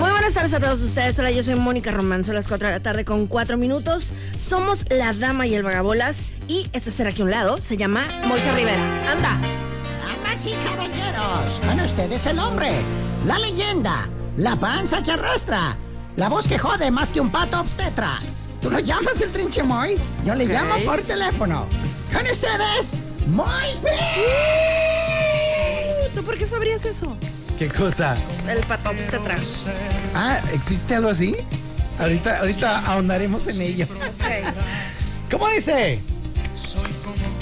Muy buenas tardes a todos ustedes. Hola, yo soy Mónica Román. Son las 4 de la tarde con 4 minutos. Somos la dama y el vagabolas. Y este ser aquí a un lado se llama Moisés Rivera. Anda. Damas y caballeros, con ustedes el hombre, la leyenda, la panza que arrastra, la voz que jode más que un pato obstetra. ¿Tú lo llamas el trinchemoy? Yo le llamo por teléfono. Con ustedes, Moy. ¿Tú por qué sabrías eso? ¿Qué cosa? El pato se trajo. Ah, ¿existe algo así? Ahorita, ahorita ahondaremos en ello. ¿Cómo dice?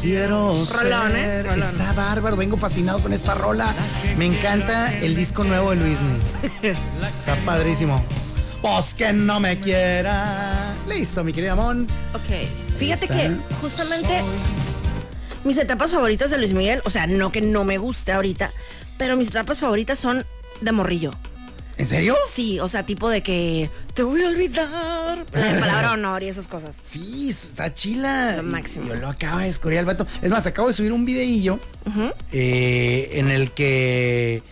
Quiero Rolón, ¿eh? ser- Rolón. Está bárbaro, vengo fascinado con esta rola. Me encanta el disco nuevo de Luis. Está padrísimo. Pues que no me quiera. Listo, mi querida Mon. Ok. Fíjate está. que justamente mis etapas favoritas de Luis Miguel, o sea, no que no me guste ahorita, pero mis etapas favoritas son de morrillo. ¿En serio? Sí, o sea, tipo de que te voy a olvidar. La palabra honor y esas cosas. Sí, está chila. Lo máximo. Yo lo acabo de descubrir al vato. Es más, acabo de subir un videillo eh, en el que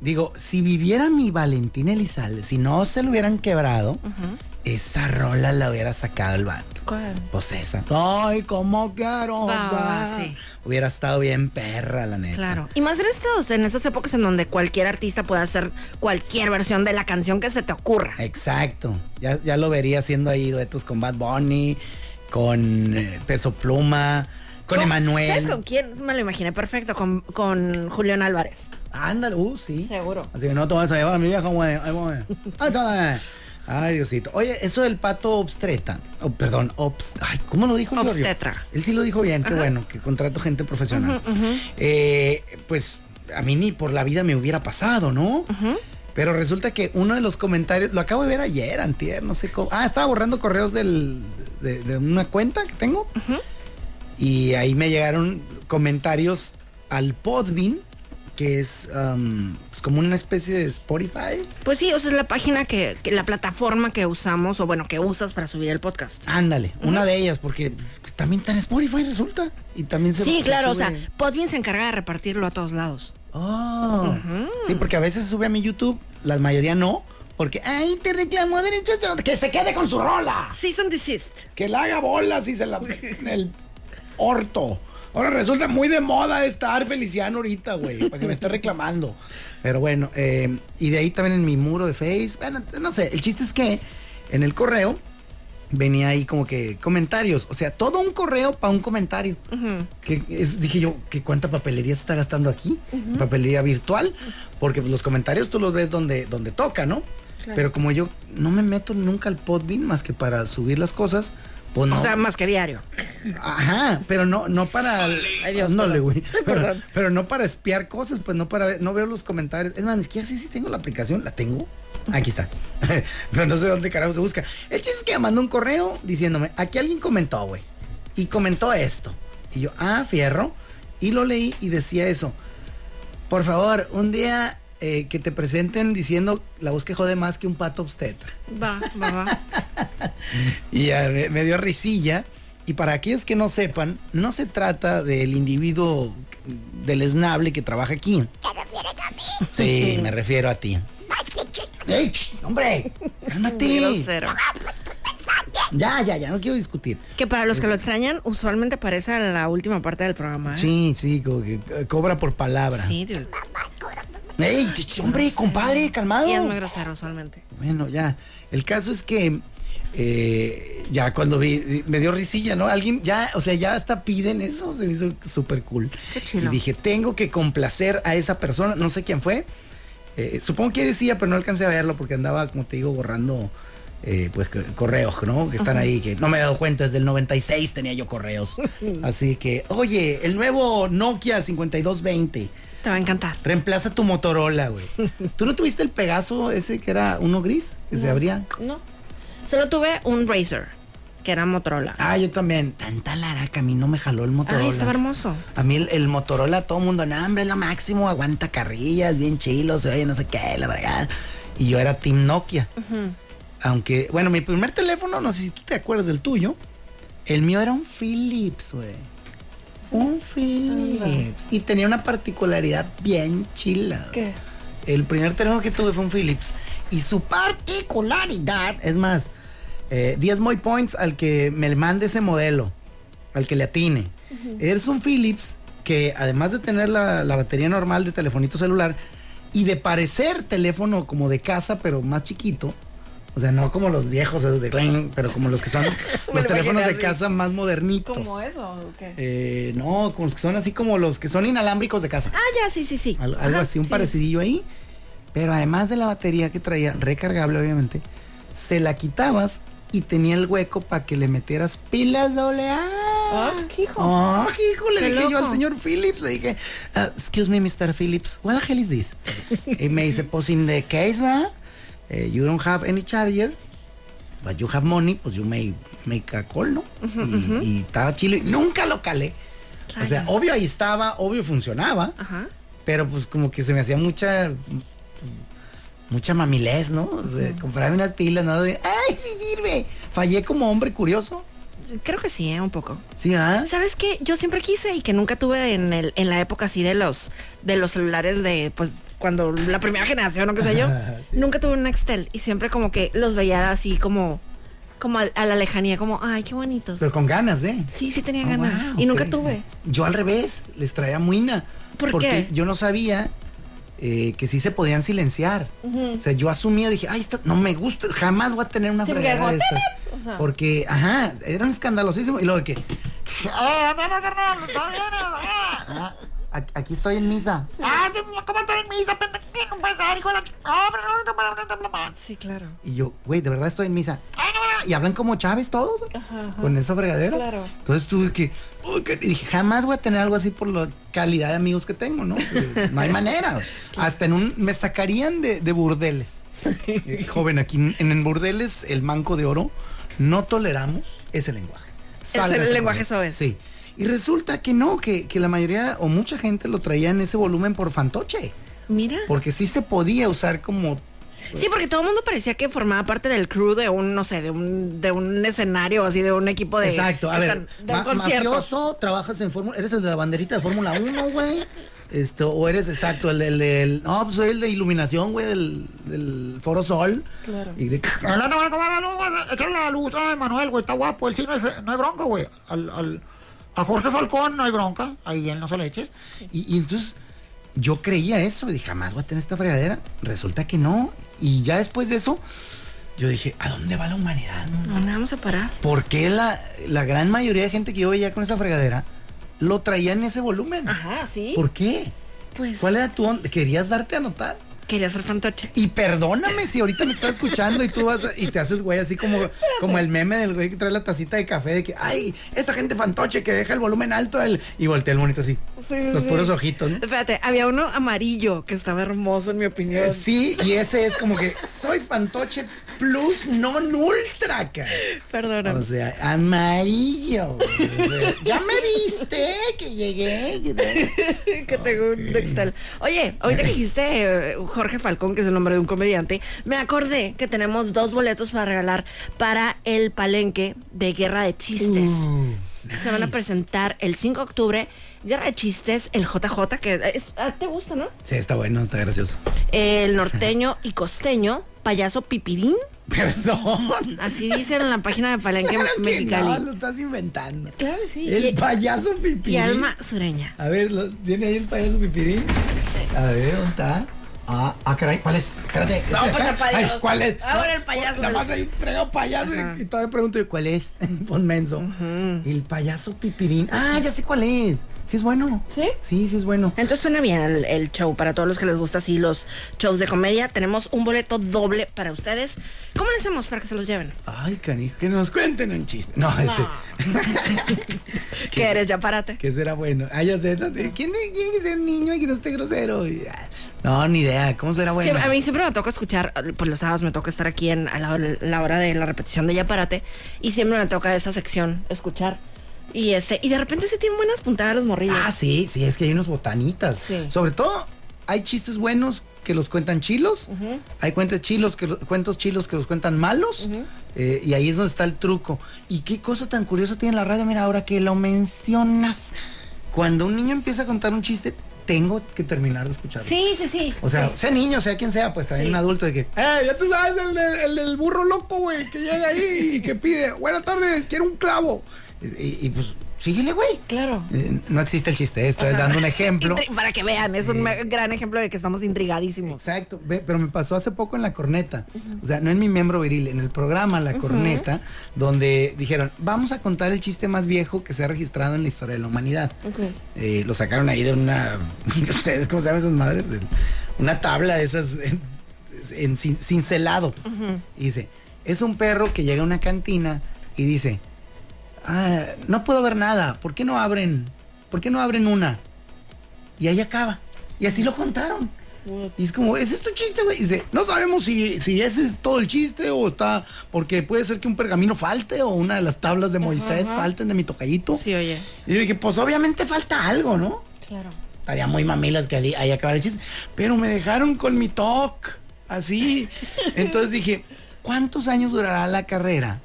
digo, si viviera mi Valentín Elizalde, si no se lo hubieran quebrado, esa rola la hubiera sacado el vato. ¿Cuál? Pues esa. Ay, cómo quiero. Va, va, usar. sí. Hubiera estado bien perra, la neta. Claro. Y más en estos, en estas épocas en donde cualquier artista puede hacer cualquier versión de la canción que se te ocurra. Exacto. Ya, ya lo vería haciendo ahí duetos con Bad Bunny, con eh, Peso Pluma, con Emanuel. ¿Sabes con quién? Me lo imaginé perfecto, con, con Julián Álvarez. Ándale, uh, sí. Seguro. Así que no te vas a llevar a mi vieja, güey. Ahí voy. Ahí está, eh. Ay, Diosito. Oye, eso del pato obstreta. oh, perdón, obst Ay, ¿cómo lo dijo Giorgio? Obstetra. Él sí lo dijo bien, qué bueno, que contrato gente profesional. Eh, pues a mí ni por la vida me hubiera pasado, ¿no? Pero resulta que uno de los comentarios, lo acabo de ver ayer, antier, no sé cómo. Ah, estaba borrando correos del, de, de una cuenta que tengo. Y ahí me llegaron comentarios al Podbean, que es um, pues, como una especie de Spotify. Pues sí, o sea, es la página que, que- la plataforma que usamos, o bueno, que usas para subir el podcast. Ándale, una de ellas, porque pues, también está en Spotify, resulta. Y también se Sí, se claro, o sube. sea, Podbean se encarga de repartirlo a todos lados. Oh. Sí, porque a veces sube a mi YouTube, la mayoría no, porque, ay, te reclamó derechos, de autor". que se quede con su rola. Cease and desist. que la haga bolas y se la en el orto. Ahora resulta muy de moda estar Feliciano ahorita, güey, para que me esté reclamando. Pero bueno, eh, y de ahí también en mi muro de Face, bueno, no sé, el chiste es que en el correo venía ahí como que comentarios, o sea, todo un correo para un comentario. que es- dije yo, que cuánta papelería se está gastando aquí, papelería virtual, porque pues, los comentarios tú los ves donde, donde toca, ¿no? Pero como yo no me meto nunca al Podbean más que para subir las cosas, pues no. O sea, más que diario. Ajá, pero no, no para. Ay, Dios, Ándale, perdón. güey. Pero, pero no para espiar cosas, pues no para ver, no veo los comentarios. Es más, ni siquiera sí, sí tengo la aplicación, la tengo. Aquí está. pero no sé dónde carajo se busca. El chiste es que me mandó un correo diciéndome, aquí alguien comentó, güey. Y comentó esto. Y yo, ah, fierro. Y lo leí y decía eso. Por favor, un día eh, que te presenten diciendo la voz que jode más que un pato obstetra. Va, va, va. Y ya me, me dio risilla. Y para aquellos que no sepan, no se trata del individuo esnable que trabaja aquí. ¿Te refieres a mí? Sí, me refiero a ti. ¡Ey! ch, ¡Hombre! ¡Cálmate! Grosero. Ya, ya, ya, no quiero discutir. Que para los que lo extrañan, usualmente aparece en la última parte del programa. ¿eh? Sí, sí, como que eh, cobra por palabra. Sí, dude. Ey, ch- ch- hombre, compadre, calmado. Y es muy grosero usualmente. Bueno, ya. El caso es que eh, ya cuando vi, me dio risilla, ¿no? Alguien, ya, o sea, ya hasta piden eso, se me hizo súper cool. Qué chido. Y dije, tengo que complacer a esa persona, no sé quién fue. Eh, supongo que decía, pero no alcancé a verlo porque andaba, como te digo, borrando eh, pues c- correos, ¿no? Que están ahí, que no me he dado cuenta, desde el 96 tenía yo correos. Así que, oye, el nuevo Nokia 5220. Te va a encantar. Reemplaza tu Motorola, güey. ¿Tú no tuviste el Pegaso ese que era uno gris? Que se abría. No. Solo tuve un Razer, que era Motorola. Ah, yo también. Tanta laraca, a mí no me jaló el Motorola. Ay, estaba hermoso. A mí el, el Motorola, todo el mundo, no, hombre, es lo máximo, aguanta carrillas, bien chilo, se oye no sé qué, la verdad. Y yo era Team Nokia. Aunque, bueno, mi primer teléfono, no sé si tú te acuerdas del tuyo, el mío era un Philips, güey. Un Philips. Y tenía una particularidad bien chila. ¿Qué? El primer teléfono que tuve fue un Philips. Y su particularidad, es más, eh, 10 Moy Points al que me mande ese modelo, al que le atine. Es un Philips que además de tener la, la batería normal de telefonito celular y de parecer teléfono como de casa, pero más chiquito, o sea, no como los viejos esos de Klein, pero como los que son los teléfonos de casa más modernitos. ¿Como eso o qué? Eh, no, como los que son así como los que son inalámbricos de casa. Ah, ya, sí, sí, sí. Al- algo Ajá, así, un sí, parecidillo ahí. Pero además de la batería que traía, recargable obviamente, se la quitabas y tenía el hueco para que le metieras pilas doble A. Ah, qué hijo. Ah, hijo, le Qué dije yo al loco. señor Phillips, le dije, "Ah, excuse me, Mr. Phillips, what the hell is this? y me dice, pues in the case, va, eh, you don't have any charger, but you have money, pues you may make a call, ¿no? y, y estaba chile, nunca lo calé. O sea, obvio ahí estaba, obvio funcionaba. Ajá. Pero pues como que se me hacía mucha mucha mamilez, ¿no? O sea, comprarme unas pilas, ¿no? De, ¡ay, sí sirve! Fallé como hombre curioso. Creo que sí, ¿eh? un poco. Sí, ¿ah? ¿Sabes qué? Yo siempre quise y que nunca tuve en, el, en la época así de los, de los celulares de, pues, cuando la primera generación o qué sé yo, nunca tuve un Nextel y siempre como que los veía así como, como a, a la lejanía, como, ay, qué bonitos. Pero con ganas, ¿eh? sí, sí tenía Ah, ganas wow, y ok. nunca tuve. Yo al revés, les traía muina. ¿Por porque qué? yo no sabía eh, que sí se podían silenciar. O sea, yo asumía, dije, ay, esta no me gusta, jamás voy a tener una Sí, porque fregadera de algo, o estas. sea. Porque, ajá, eran escandalosísimos. Y luego de que. Eh, "Ah, no, no, carnal, no vienes, ah". Ah, aquí- Aquí estoy en misa. Ah, sí, ¿cómo estar en misa, pendejo? No puedes dar, hijo de la... Ah, pero no, no, no, no, no, no, no. Sí, claro. Y yo, güey, de verdad estoy en misa. Ah, no, no. Y hablan como Chávez todos, güey, con esa fregadera. Claro. Entonces tuve que, uy, que- y dije, jamás voy a tener algo así por la calidad de amigos que tengo, ¿no? Pues, no hay manera. güey. Hasta en un, me sacarían de, de burdeles. Eh, Joven, aquí en, en burdeles, el manco de oro, no toleramos ese lenguaje. Sálgase, el por lenguaje favor. soez. Sí. Y resulta que no, que, que la mayoría o mucha gente lo traía en ese volumen por fantoche. Mira. Porque sí se podía usar como Sí, porque todo el mundo parecía que formaba parte del crew de un, no sé, de un, de un escenario, así de un equipo de. Exacto, a que ver, están- de un ma- concierto. mafioso, trabajas en Fórmula, eres el de la banderita de Fórmula 1, güey. Esto, o eres exacto, el del, del- no, pues soy el de iluminación, güey, del, del Foro Sol. Claro. Y de, Ah, no, no, no, no, no, no, no, échale la luz. Ay, Manuel, güey, está guapo. El sí no es- no hay bronca, güey. Al- al- A Jorge Falcón no hay bronca. Ahí él no se le eche. y, y entonces yo creía eso, y dije, jamás voy a tener esta fregadera. Resulta que no. Y ya después de eso, yo dije, ¿a dónde va la humanidad? no? No, no vamos a parar. ¿Por qué la, la gran mayoría de gente que yo veía con esa fregadera lo traía en ese volumen? Ajá, sí. ¿Por qué? Pues. ¿Cuál era tu onda? ¿Querías darte a notar? Quería ser fantoche. Y perdóname si ahorita me estás escuchando y tú vas y te haces güey así como, como el meme del güey que trae la tacita de café de que, ay, esa gente fantoche que deja el volumen alto del-". y voltea el monito así. los puros ojitos, ¿no? Espérate, había uno amarillo que estaba hermoso, en mi opinión. Eh, Sí, y ese es como que soy fantoche plus non ultra, cara. Perdóname. O sea, amarillo. güey. O sea, ya me viste que llegué. Ah, que tengo un Nextel. Oye, ahorita que dijiste eh, Jorge Falcón, que es el nombre de un comediante, me acordé que Uh, tenemos dos boletos para regalar para el palenque de Guerra de Chistes. Se van a presentar el 5 de octubre. Guerra de chistes, el JJ, que es- ah, te gusta, ¿no? Sí, está bueno, está gracioso. El norteño y costeño, payaso pipirín. Perdón. Así dicen en la página de Palenque Claro que Mexicali. no, lo estás inventando. Claro que sí. El Y- payaso y pipirín. alma sureña. A ver, lo- ¿tiene ahí el payaso pipirín? A ver, ¿dónde está? Ah, ah, caray, ¿cuál es? Espérate. No, espera, pues, espera. el payaso. Ay, ¿Cuál es? Ahora el No, payaso. Nada más hay un fregado payaso y- y todavía pregunto, ¿y ¿cuál es? Pon menso. El payaso pipirín. Ah, ya sé cuál es. Sí es bueno. ¿Sí? Sí, sí es bueno. Entonces suena bien el, el show para todos los que les gusta así los shows de comedia. Tenemos un boleto doble para ustedes. ¿Cómo le hacemos para que se los lleven? Ay, canijo, que nos cuenten un chiste. No, este. ¿Qué eres? Ya párate. Que será bueno. Ah, ya sé. ¿no? ¿Quién tiene que ser un niño y que no esté grosero? Y, ah, No, ni idea. ¿Cómo será bueno? Sí, a mí siempre me toca escuchar, pues los sábados me toca estar aquí en, a la, hora- la hora de la repetición de Ya Párate y siempre me toca esa sección escuchar. Y este, y de repente se tienen buenas puntadas los morrillos. Ah, sí, sí, es que hay unos botanitas. Sí. Sobre todo, hay chistes buenos que los cuentan chilos, hay cuentos chilos que los, cuentos chilos que los cuentan malos, eh, y ahí es donde está el truco. Y qué cosa tan curiosa tiene la radio, mira, ahora que lo mencionas. Cuando un niño empieza a contar un chiste, tengo que terminar de escucharlo. Sí, sí, sí. O sea, sea niño, sea quien sea, pues también un adulto de que, eh, ya tú sabes, el, el- el burro loco, güey, que llega ahí y que pide, buenas tardes, quiero un clavo. Y, y- y, pues, síguele, güey. Claro. Eh, No existe el chiste, estoy dando un ejemplo. Intri- Para que vean, es un me- gran ejemplo de que estamos intrigadísimos. Exacto, ve, pero me pasó hace poco en la corneta, o sea, no en mi miembro viril, en el programa La Corneta, donde dijeron, vamos a contar el chiste más viejo que se ha registrado en la historia de la humanidad. Eh, lo sacaron ahí de una, no sé, ¿cómo se llaman esas madres? De Una tabla de esas, en, en cin- cincelado. Y dice, es un perro que llega a una cantina y dice, "Ah, no puedo ver nada, ¿por qué no abren? ¿Por qué no abren una? Y ahí acaba. Y así lo contaron. Y es como, ¿es esto chiste, güey? Y dice, no sabemos si, si ese es todo el chiste o está. Porque puede ser que un pergamino falte o una de las tablas de Moisés falten de mi tocallito. Sí, oye. Y yo dije, pues obviamente falta algo, ¿no? Claro. Estaría muy mamilas que ahí- ahí acabara el chiste. Pero me dejaron con mi toque. Así. Entonces dije, ¿cuántos años durará la carrera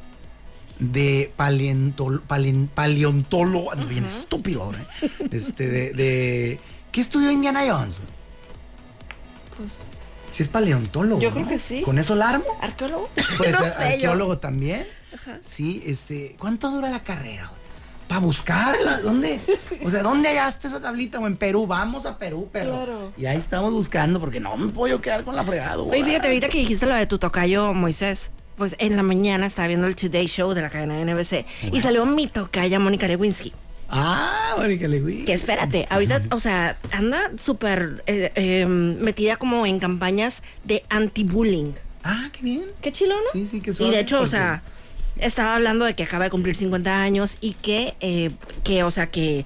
de paleontol- palen- paleontólogo? Ando bien estúpido ahora. ¿eh? Este, de, de- ¿Qué estudió Indiana Jones? Pues, Si es paleontólogo. Yo creo ¿no? que sí. ¿Con eso largo? ¿Arqueólogo? Puede no ser sé Pues eh, arqueólogo también. Sí, este, ¿cuánto dura la carrera? Para buscarla, ¿dónde? O sea, ¿dónde hallaste esa tablita? O en Perú, vamos a Perú, pero. Claro. Y ahí estamos buscando, porque no me puedo yo quedar con la fregada. yo. Oye, fíjate, ahorita que dijiste lo de tu tocayo Moisés, pues en la mañana estaba viendo el Today Show de la cadena de NBC y salió mi tocaya Mónica Lewinsky. Ah, Mónica Lewis. Que espérate, ahorita, o sea, anda súper eh, eh, metida como en campañas de anti-bullying. Ah, qué bien. Qué chilo, ¿no? Sí, sí, qué Y suave, de hecho, o porque- sea, estaba hablando de que acaba de cumplir 50 años y que, eh, que, o sea, que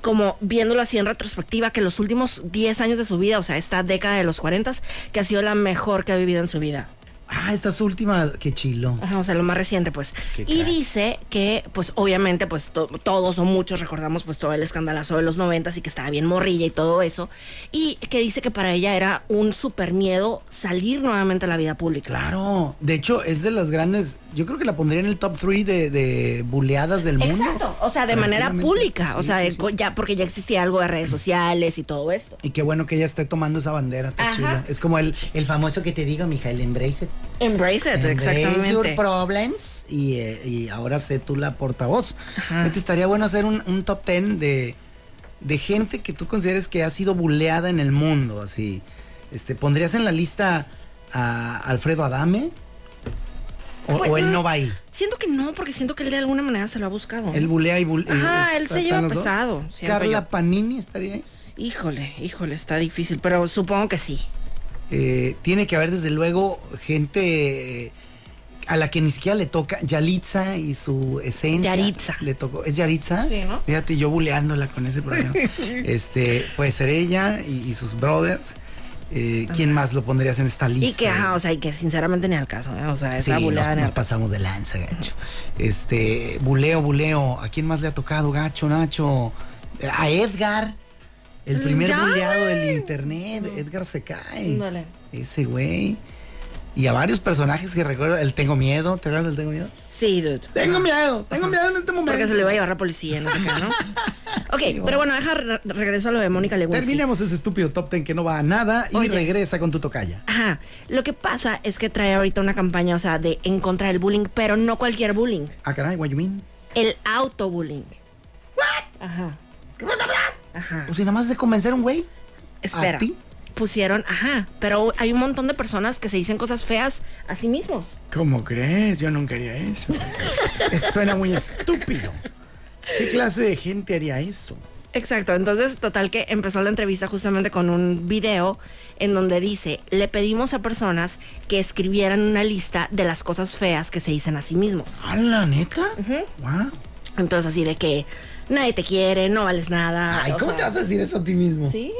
como viéndolo así en retrospectiva, que los últimos 10 años de su vida, o sea, esta década de los 40, que ha sido la mejor que ha vivido en su vida. Ah, esta es su última, qué chilo. Ajá, o sea, lo más reciente, pues. Qué Y crack. dice que, pues, obviamente, pues, to- todos o muchos recordamos, pues, todo el escandalazo de los noventas y que estaba bien morrilla y todo eso. Y que dice que para ella era un súper miedo salir nuevamente a la vida pública. Claro. De hecho, es de las grandes. Yo creo que la pondría en el top 3 de, de buleadas del mundo. Exacto, o sea, de manera Tranquilamente. pública, o Sí, sea, sí, de sí. co- ya porque ya existía algo de redes sociales y todo esto. Y qué bueno que ella esté tomando esa bandera, está Ajá. chido. Es como el, el famoso que te digo, mija, el embrace it. Embrace it, Embrace your exactamente. problems y, eh, y ahora sé tú la portavoz. Entonces, estaría bueno hacer un, un top ten de, de gente que tú consideres que ha sido buleada en el mundo, así. Este, ¿Pondrías en la lista a Alfredo Adame? ¿O, Pues, o él mm, no va ahí? Siento que no, porque siento que él de alguna manera se lo ha buscado. ¿no? Él bulea y bulea. Ajá, él se lleva pesado, siento Carla yo. Panini estaría ahí. Híjole, híjole, está difícil, pero supongo que sí. Eh, tiene que haber desde luego gente eh, a la que ni siquiera le toca Yalitza y su esencia. Yaritza. Le tocó. ¿Es Yaritza? Sí, ¿no? Fíjate, yo buleándola con ese problema. este, puede ser ella y, y sus brothers. Eh, ¿Quién más lo pondrías en esta lista? Y que, ajá, o sea, y que sinceramente ni al caso, ¿eh? o sea, Sí, esa nos, buleada ni nos al caso. pasamos de lanza, gacho. Este, buleo, buleo. ¿A quién más le ha tocado, gacho, Nacho? Eh, A Edgar, el primer Ya. buleado del internet. Edgar se cae. Ándale. Ese güey. Y a varios personajes que recuerdo. El Tengo Miedo. ¿Te acuerdas del Tengo Miedo? Ah. Sí, dude. Tengo miedo. Tengo miedo en este momento. Porque se lo iba a llevar la policía, no sé qué, ¿no? Ok, pero bueno, deja re- regreso a lo de Mónica Lewinsky. Terminemos ese estúpido top ten que no va a nada y Oye. regresa con tu tocaya. Ajá. Lo que pasa es que trae ahorita una campaña, o sea, de en contra del bullying, pero no cualquier bullying. Ah, caray, what you mean? El autobullying. Ajá. Ajá. Pues si nada más de convencer a un güey. Espera. ¿A ti? Pusieron, ajá, pero hay un montón de personas que se dicen cosas feas a sí mismos. ¿Cómo crees? Yo nunca haría eso. eso suena muy estúpido. ¿Qué clase de gente haría eso? Exacto, entonces total que empezó la entrevista justamente con un video en donde dice, le pedimos a personas que escribieran una lista de las cosas feas que se dicen a sí mismos. ¿A la neta? Wow. Entonces así de que nadie te quiere, no vales nada. Ay, Ah, o ¿cómo sea, te vas a decir eso a ti mismo? Sí.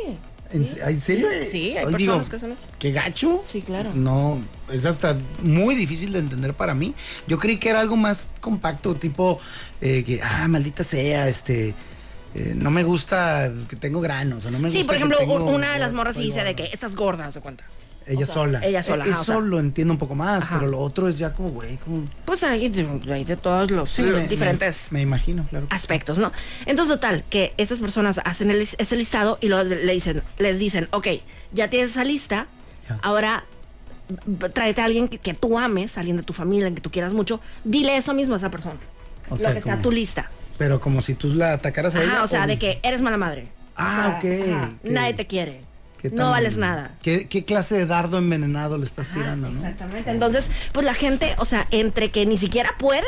¿En, se- ¿en serio? Sí, hay Hoy personas digo, que hacen eso. ¿Qué gacho? Sí, claro. No, es hasta muy difícil de entender para mí. Yo creí que era algo más compacto, tipo eh, que, ah, maldita sea, este. eh, no me gusta que tengo granos, o no me Sí, gusta por que ejemplo, tengo- u- una de las morras sí tengo- dice de que estás gorda, se cuenta. Ella o sea, sola. ella sola, Eh, ajá, o Eso sea. lo entiendo un poco más, Ajá. pero lo otro es ya como, güey, como. Pues hay de, hay de todos los, Sí, los me- diferentes Ah. Me, me imagino, claro. aspectos, ¿no? Entonces, total, que estas personas hacen el, lis- ese listado y luego le dicen, les dicen, ok, ya tienes esa lista, Ya. ahora b- tráete a alguien que, que tú ames, alguien de tu familia, que tú quieras mucho, dile eso mismo a esa persona. O lo sea, que está como- tu lista. Pero como si tú la atacaras a Ajá, ella. o sea, o- de que eres mala madre. Ah, O sea, ok, ajá, ok. Nadie te quiere. ¿Qué No tan- vales nada. ¿Qué, qué clase de dardo envenenado le estás tirando, no? Ah, Exactamente. Entonces, pues la gente, o sea, entre que ni siquiera puede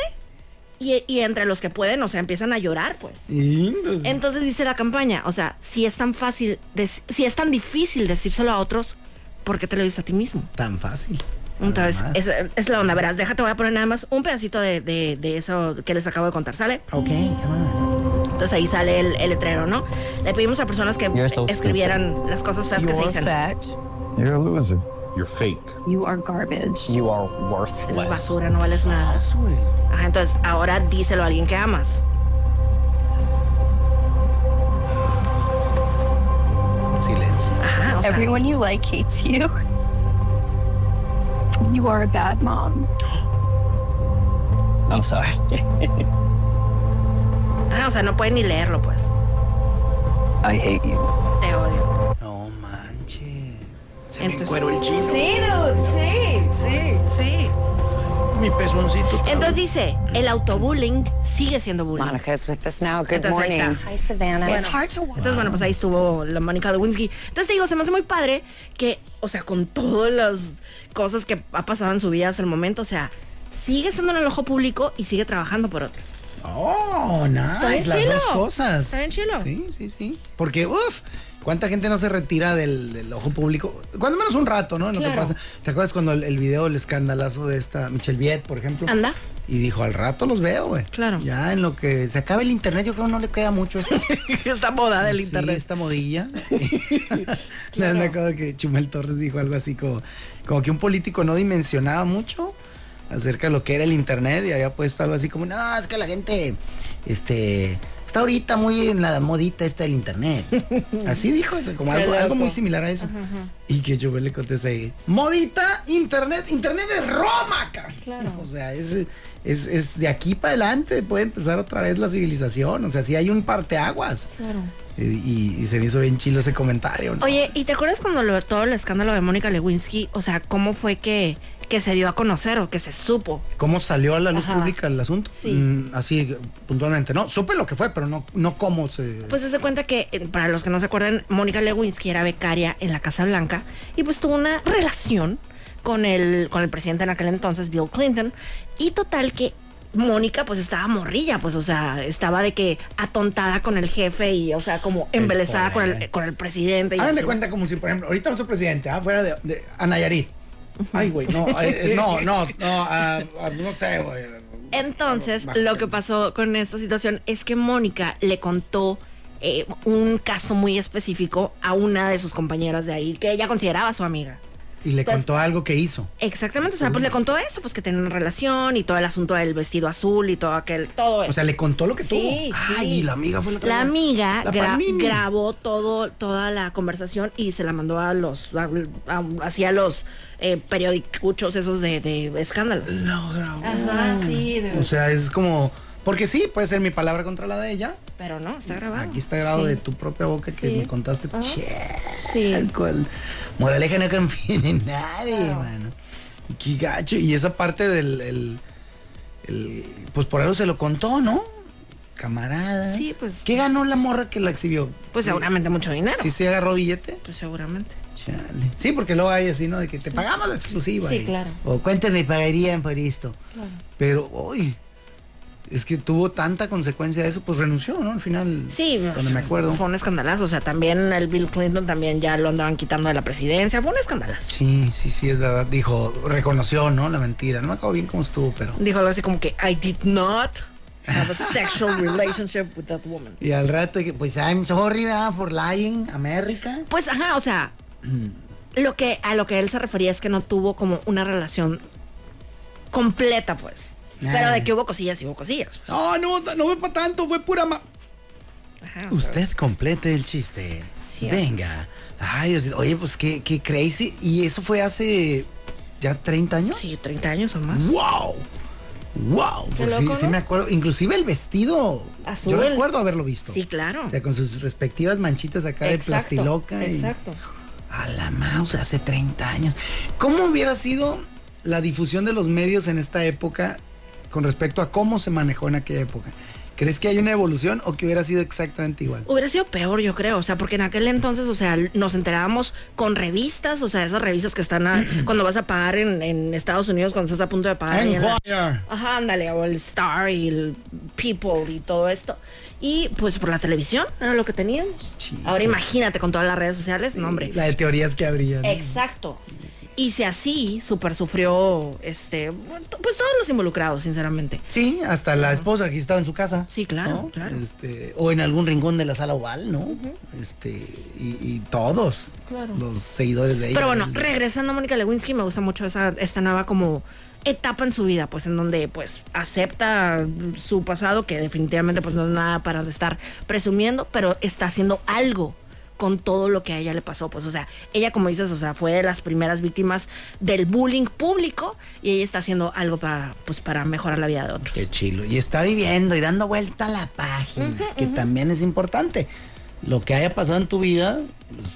y, y entre los que pueden, o sea, empiezan a llorar, pues. Y, pues, Entonces dice la campaña, o sea, si es tan fácil, dec- si es tan difícil decírselo a otros, ¿por qué te lo dices a ti mismo? tan fácil. Entonces, Nada más. es, es la onda, verás, déjate, voy a poner nada más un pedacito de, de- de eso que les acabo de contar, ¿sale? Ok, come on. Entonces ahí sale el, el letrero, ¿no? Le pedimos a personas que You're so escribieran las cosas feas que se You're dicen. fat. You're a loser. You're fake. You are garbage. You are Eres worthless. basura, no vales nada. Ajá, entonces ahora díselo a alguien que amas. Silencio. Ajá, o sea, Everyone you like hates you. You are a bad mom. I'm sorry. ajá, Ah, o sea, no pueden ni leerlo, pues. I hate you. Te odio. No manches. Se Entonces- el chino. Sí, dude, sí. Sí, sí. Mi pezoncito. Entonces dice, el autobullying sigue siendo bullying. Monica's with us now. Good Entonces ahí morning. está. Hi, Savannah. Bueno, entonces, bueno, pues ahí estuvo la Mónica Lewinsky. Entonces, te digo, se me hace muy padre que, o sea, con todas las cosas que ha pasado en su vida hasta el momento, o sea, sigue estando en el ojo público y sigue trabajando por otros. Oh, nice. bien las chilo. dos cosas. Está bien chilo. Sí, sí, sí. Porque, uff, ¿cuánta gente no se retira del, del ojo público? Cuando menos un rato, ¿no? En Lo que Claro. pasa. ¿Te acuerdas cuando el, el video, el escandalazo de esta Michelle Viet, por ejemplo? Anda. Y dijo, al rato los veo, güey. Claro. Ya en lo que se acabe el internet, yo creo no le queda mucho esto. Esta moda del Sí, internet. esta modilla. Me han que Chumel Torres dijo algo así como, como que un político no dimensionaba mucho acerca de lo que era el internet y había puesto algo así como, no, es que la gente, este, está ahorita muy en la modita esta del internet. así dijo, eso, como Qué algo, algo loco. muy similar a eso. Y que Chumel le contesta ahí, modita, internet, internet es Roma, cabrón. O sea, es, es, es de aquí para adelante puede empezar otra vez la civilización. O sea, sí hay un parteaguas. Y, y- y se me hizo bien chilo ese comentario. ¿no? Oye, ¿y te acuerdas cuando lo- todo el escándalo de Mónica Lewinsky, o sea, cómo fue que, que se dio a conocer o que se supo? ¿Cómo salió a la luz Ajá. pública el asunto? Sí. Mm, así, puntualmente. No, supe lo que fue, pero no, no cómo se... Pues se hace cuenta que, eh, para los que no se acuerdan, Mónica Lewinsky era becaria en la Casa Blanca y pues tuvo una relación con el, con el presidente en aquel entonces, Bill Clinton, y total que Mónica pues estaba morrilla, pues o sea, estaba de que atontada con el jefe y o sea, como El embelesada con el, poder. con el presidente. Y Hagan así. de cuenta como si, por ejemplo, ahorita nuestro presidente ah, fuera de, de a Nayarit. Ay, güey, no, eh, eh, no, no, no, ah, ah, no sé, güey. Entonces, Baja lo el- que pasó con esta situación es que Mónica le contó eh, un caso muy específico a una de sus compañeras de ahí, que ella consideraba su amiga. Y le Entonces- contó algo que hizo. Exactamente, o sea, pues le contó eso, pues que tenía una relación y todo el asunto del vestido azul y todo aquel, todo eso. O sea, le contó lo que tuvo. Sí, Ay, sí. la amiga fue la otra La vez. amiga La gra- Panini. grabó todo, toda la conversación y se la mandó a los, a- a- así a los eh, periodicuchos esos de, de escándalos. No, grabó. Ajá, sí, O sea, es como. Porque sí, puede ser mi palabra contra la de ella. pero no, está grabado. Aquí está grabado Ah, Sí. de tu propia boca que Sí. me contaste. Ajá. Che, Sí. tal cual. Moraleja no confíen en nadie, mano. Qué gacho. Y esa parte del. el- el- pues por algo se lo contó, ¿no? Camaradas. Sí, pues. ¿Qué ganó la morra que la exhibió? Pues Sí. seguramente mucho dinero. ¿Sí se agarró billete? Pues seguramente. Chale. Sí, porque luego hay así, ¿no? De que te pagamos la exclusiva. Sí, y- claro. O cuéntenme, pagarían por esto. Pero hoy es que tuvo tanta consecuencia eso, pues renunció, ¿no? Al final, Sí, hasta donde me acuerdo. Fue un escandalazo. O sea, también el Bill Clinton también ya lo andaban quitando de la presidencia. Fue un escandalazo. Sí, sí, sí, es verdad. Dijo, reconoció, ¿no? La mentira. No me acuerdo bien cómo estuvo, pero... Dijo algo así como que I did not have a sexual relationship with that woman. Y al rato, que, pues, I'm sorry, ¿verdad? For lying, America. Pues ajá, o sea, Mm. lo que a lo que él se refería es que no tuvo como una relación completa, pues. Pero de que hubo cosillas y hubo cosillas. pues. No, no, no fue para tanto, fue pura... ma- Ajá, o sea, Usted complete el chiste. Sí, Venga. Ay, Dios, oye, pues qué, qué crazy. ¿Y eso fue hace ya 30 años? sí, 30 años o más. ¡Wow! ¡Wow! Pues sí, loco, sí ¿no? me acuerdo. Inclusive el vestido. Azul. Yo recuerdo haberlo visto. Sí, claro. O sea, con sus respectivas manchitas acá de plastiloca. y- Exacto. A la mouse, hace 30 años. ¿Cómo hubiera sido la difusión de los medios en esta época con respecto a cómo se manejó en aquella época? ¿Crees que hay una evolución o que hubiera sido exactamente igual? Hubiera sido peor, yo creo, o sea, porque en aquel entonces, o sea, nos enterábamos con revistas, o sea, esas revistas que están a- cuando vas a pagar en, en Estados Unidos, cuando estás a punto de pagar. ahí Ah, en la- Ajá, ándale, o el Star y el People y todo esto. Y pues por la televisión era lo que teníamos. Sí, Ahora pues. imagínate con todas las redes sociales, no hombre. La de teorías que habría. ¿no? Exacto. Y si así, super sufrió, este, pues todos los involucrados, sinceramente. Sí, hasta la esposa que estaba en su casa. Sí, claro, ¿no? claro. Este, o en algún rincón de la sala oval, ¿no? Este, y, y todos Claro. los seguidores de ella. Pero bueno, del- regresando a Mónica Lewinsky, me gusta mucho esa, esta nueva como etapa en su vida, pues en donde pues acepta su pasado, que definitivamente pues no es nada para estar presumiendo, pero está haciendo algo con todo lo que a ella le pasó, pues o sea, ella como dices, o sea, fue de las primeras víctimas del bullying público y ella está haciendo algo para pues para mejorar la vida de otros. Qué chilo. Y está viviendo y dando vuelta a la página, que también es importante. Lo que haya pasado en tu vida, pues,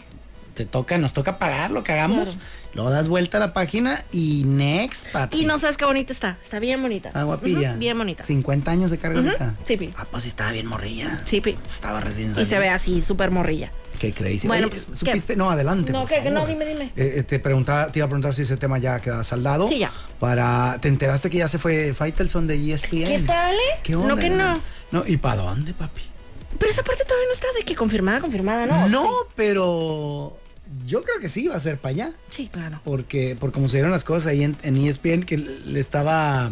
te toca, nos toca pagar lo que hagamos. Lo das vuelta a la página y next, papi. Y no sabes qué bonita está, está bien bonita. Ah, guapilla. Ujú, bien bonita. Sí, 50 años de carga ahorita. sí, pi. Ah, pues sí estaba bien morrilla. pi. Estaba recién Y se salida. ve así, súper morrilla. Qué crazy. Bueno, Oye, pues, ¿supiste? ¿qué? No, adelante. No, por ¿qué? No, favor. dime, dime. Eh, eh, te, preguntaba, te iba a preguntar si ese tema ya queda saldado. Sí, ya. Para, ¿Te enteraste que ya se fue Faitelson de E ESPN? ¿Qué tal, eh? ¿Qué No onda? que no. No, ¿y para dónde, papi? Pero esa parte todavía no está de que confirmada, confirmada, ¿no? no, pero yo creo que sí va a ser para allá. Sí, Sí, claro. Porque, por cómo se dieron las cosas ahí en, en E ESPN, que le estaba...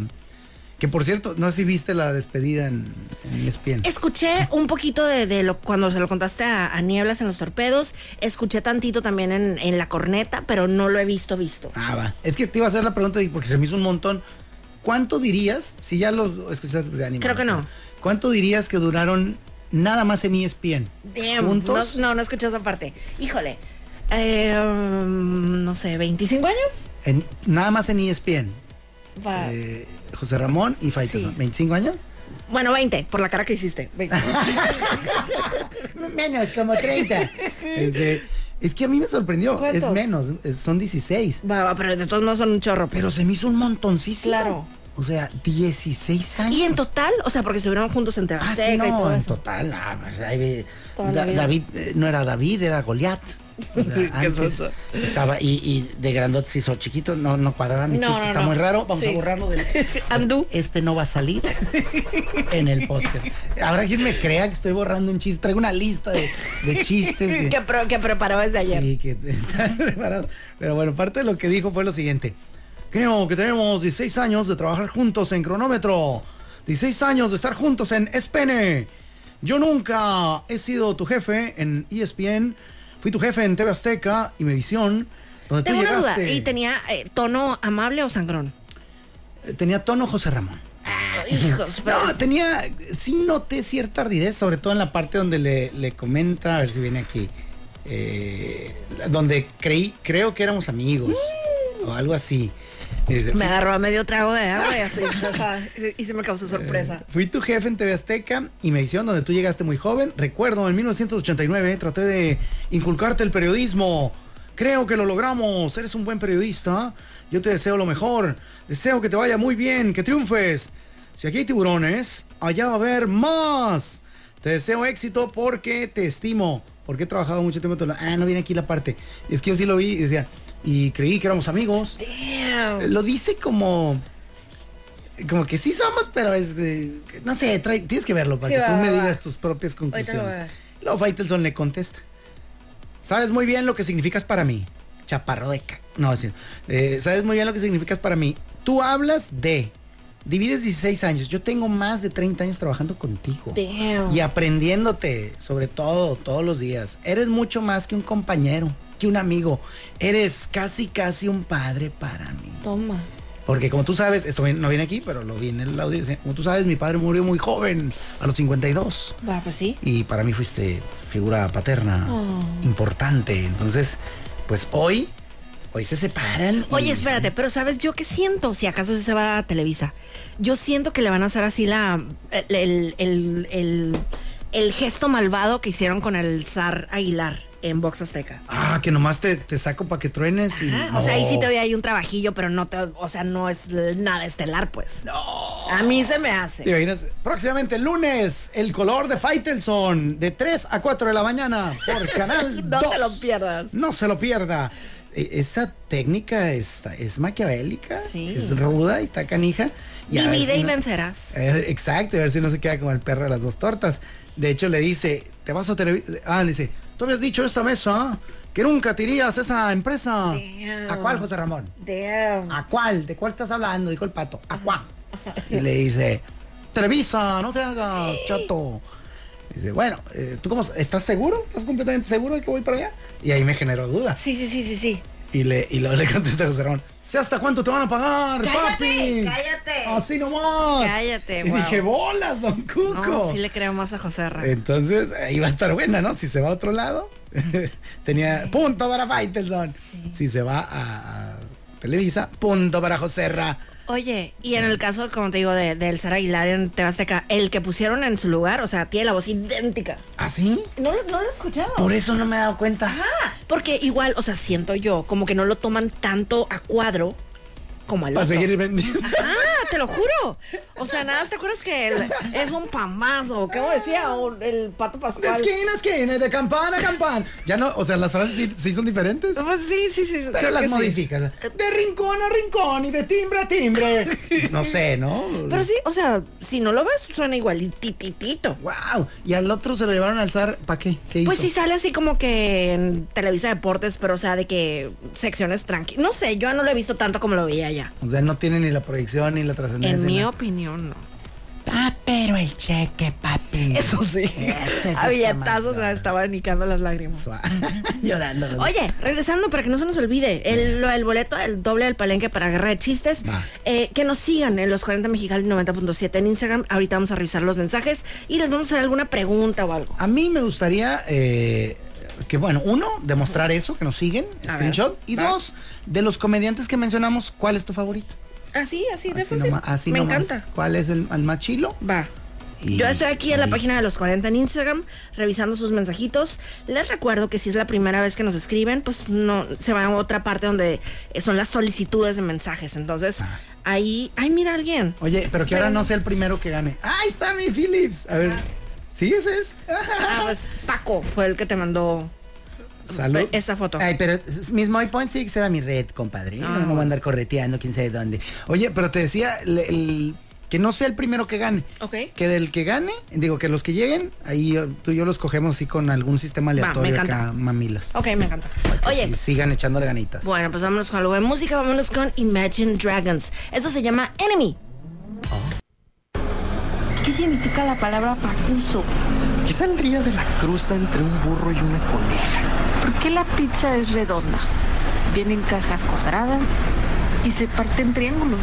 Que por cierto, no sé si viste la despedida en, en E ESPN. Escuché un poquito de, de lo cuando se lo contaste a, a Nieblas en los torpedos. Escuché tantito también en, en la corneta, pero no lo he visto, visto. Ah, va. Es que te iba a hacer la pregunta y- porque se me hizo un montón. ¿Cuánto dirías, si ya los escuchaste, pues, ya ni Creo modo, que no. ¿Cuánto dirías que duraron nada más en E ESPN? Damn, ¿Juntos? No, no, no escuché esa parte. Híjole. Eh, um, no sé, ¿25 años? En- nada más en E ESPN. Va. Eh, José Ramón y Faitelson. Ah. Sí. ¿25 años? Bueno, 20, por la cara que hiciste. 20. Menos, como 30. Este, es que a mí me sorprendió. Es ¿Cuántos? menos, es- son 16. va, va, pero de todos modos son un chorro. pues. Pero se me hizo un montoncísimo. Claro. O sea, 16 años. y en total, o sea, porque estuvieron juntos en Tebasteca Ah, sí, y todo no, en eso. total, ah, pues, ahí, Toda Da- la vida. David, eh, no era David, era Goliat. O sea, antes oso. Estaba, y, y de grandotes hizo chiquito, no, no cuadraba mi No, chiste, no, está no. muy raro, vamos Sí. a borrarlo del... Andú. Este no va a salir en el podcast. Habrá quien me crea que estoy borrando un chiste, traigo una lista de, de chistes. de- que, pro- que preparó desde ayer. Sí, que está preparado. Pero bueno, parte de lo que dijo fue lo siguiente. Creo que tenemos 16 años de trabajar juntos en cronómetro. 16 años de estar juntos en ESPN. Yo E nunca he sido tu jefe en ESPN. Fui tu jefe en TV Azteca y Mevisión. Donde tú Tengo una duda. llegaste. ¿Y tenía eh, tono amable o sangrón? Eh, Tenía tono José Ramón. Hijos, pero No, es- tenía, sí noté cierta ardidez, sobre todo en la parte donde le, le comenta, a ver si viene aquí, eh, donde creí, creo que éramos amigos o algo así. Y dice, Mm. me agarró a medio trago de agua y así, o sea, y se me causó sorpresa. Fui tu jefe en TV Azteca y me hicieron donde tú llegaste muy joven. Recuerdo, en 1989 eh, traté de inculcarte el periodismo. Creo que lo logramos. Eres un buen periodista. Yo te deseo lo mejor. Deseo que te vaya muy bien, que triunfes. Si aquí hay tiburones, allá va a haber más. Te deseo éxito porque te estimo. Porque he trabajado mucho tiempo. en tu- Ah, no viene aquí la parte. Es que yo sí lo vi y decía, y creí que éramos amigos lo dice como como que sí somos, pero es eh, no sé, trae- tienes que verlo para Sí, que va, tú va, me va. digas tus propias conclusiones. Luego Faitelson le contesta. Sabes muy bien lo que significas para mí, chaparro de ca-". No, es decir, eh, sabes muy bien lo que significas para mí. Tú hablas de divides 16 años. Yo tengo más de 30 años trabajando contigo Damn. y aprendiéndote, sobre todo, todos los días. Eres mucho más que un compañero, que un amigo. Eres casi, casi un padre para mí. Toma. Porque como tú sabes, esto viene- no viene aquí, pero lo vi en el audio. dice, Como tú sabes, mi padre murió muy joven, a los 52. Va, pues sí. Y para mí fuiste figura paterna Oh. importante. Entonces, pues hoy, hoy se separan. y- Oye, espérate, pero ¿sabes yo qué siento? Si acaso se va a Televisa. Yo siento que le van a hacer así la el, el, el- el- el gesto malvado que hicieron con el zar Aguilar en Vox Azteca. Ah, que nomás te, te saco para que truenes. Y, Ah, O sea, ahí sí No. todavía hay un trabajillo, pero no te, o sea, no es nada estelar, pues. No. A mí se me ¿Te hace. imaginas? Próximamente el lunes, el color de Faitelson, de 3 a 4 de la mañana, por Canal No 2. te lo pierdas. No se lo pierda. E- Esa técnica es, es maquiavélica, Sí. es ruda y está canija. a ver Divide si y no- vencerás. Eh, Exacto, a ver si no se queda como el perro de las dos tortas. De hecho, le dice, te vas a televisión. Ah, le dice, tú habías dicho en esta mesa que nunca te irías a esa empresa. Damn. ¿A cuál, José Ramón? Damn. ¿A cuál? ¿De cuál estás hablando? Dijo el pato. ¿A cuál? Y le dice, Televisa, no te hagas, chato. Dice, bueno, eh, ¿tú cómo? ¿Estás seguro? ¿Estás completamente seguro de que voy para allá? Y ahí me generó dudas. Sí, sí, sí, sí, sí. Y, le, y luego le contesta José Ramón, ¿sé hasta cuánto te van a pagar, ¡Cállate! papi? ¡Cállate! ¡Así nomás! Cállate, Y wow. dije, bolas, don No, Cuco. sí le creo más a José Ra. Entonces, ahí va a estar buena, ¿no? Si se va a otro lado, tenía punto para Faitelson. Si se va a, a Televisa, punto para Joserra. Oye, y en el caso, como te digo, de, del Sara Aguilar en Tebasteca, el que pusieron en su lugar, o sea, tiene la voz idéntica. ¿Ah, sí? No, lo- no lo he escuchado. Por eso no me he dado cuenta. Ah, porque igual, o sea, siento yo como que no lo toman tanto a cuadro como al Para otro. seguir vendiendo. Ah, te lo juro. O sea, nada, más ¿te acuerdas que él es un pamazo? ¿Cómo decía? O el pato De Pascual. esquina a esquina, de campana a campana. Ya no, o sea, las frases sí, sí son diferentes. Pues sí, sí, sí. Pero creo las que sí. modificas. De rincón a rincón y de timbre a timbre. No sé, ¿no? Pero sí, o sea, si no lo ves, suena igualitititito. Wow. Y al otro se lo llevaron a alzar. ¿Para qué? ¿Qué hizo? Pues sí sale así como que en Televisa Deportes, pero o sea, de que secciones tranqui. No sé, yo no lo he visto tanto como lo veía allá. O sea, no tiene ni la proyección ni la trascendencia. En mi nada. opinión, no. Ah, pero el cheque, papi. Eso sí. Ese sí A está más billetazos, o sea, raro. estaba anicando las lágrimas. Sua- Llorando. los- Oye, regresando para que no se nos olvide, el, lo del boleto del doble del palenque para Guerra de Chistes, Va. eh, que nos sigan en los 40 Mexicali 90.7 en Instagram. Ahorita vamos a revisar los mensajes y les vamos a hacer alguna pregunta o algo. A mí me gustaría eh, que, bueno, uno, demostrar eso, que nos siguen, A screenshot. ver, y va. dos, de los comediantes que mencionamos, ¿cuál es tu favorito? Así, así de Así fácil. nomás- así Me nomás. encanta. ¿Cuál es el, el más chilo? Va. Y- pues, Yo estoy aquí en la listo. página de los 40 en Instagram, revisando sus mensajitos. Les recuerdo que si es la primera vez que nos escriben, pues no se van a otra parte donde eh, son las solicitudes de mensajes. Entonces, ahí, ay, mira alguien. Oye, pero que ahora no sea el primero que gane. ¡Ahí está mi Phillips! A ver, ¿sí ese es? Ah, pues Paco fue el que te mandó. Salud. Esta Pues, foto. Ah, Ay, pero es- mis My Points tiene que ser a mi red, compadre. No, no voy a andar correteando quién sabe dónde. Oye, pero te decía el- el- que no sea el primero que gane. Ok. Que del que gane, digo, que los que lleguen, ahí yo- tú y yo los cogemos así con algún sistema me aleatorio encanta. acá, mamilas. Ok, me encanta. Oye, Y sigan echándole ganitas. bueno, pues vámonos con algo de música, vámonos con Imagine Dragons. Eso se llama Enemy. ¿Qué significa la palabra pacuso? ¿Qué saldría de la cruza entre un burro y una coneja? ¿Por qué la pizza es redonda? tienen cajas cuadradas y se parten triángulos.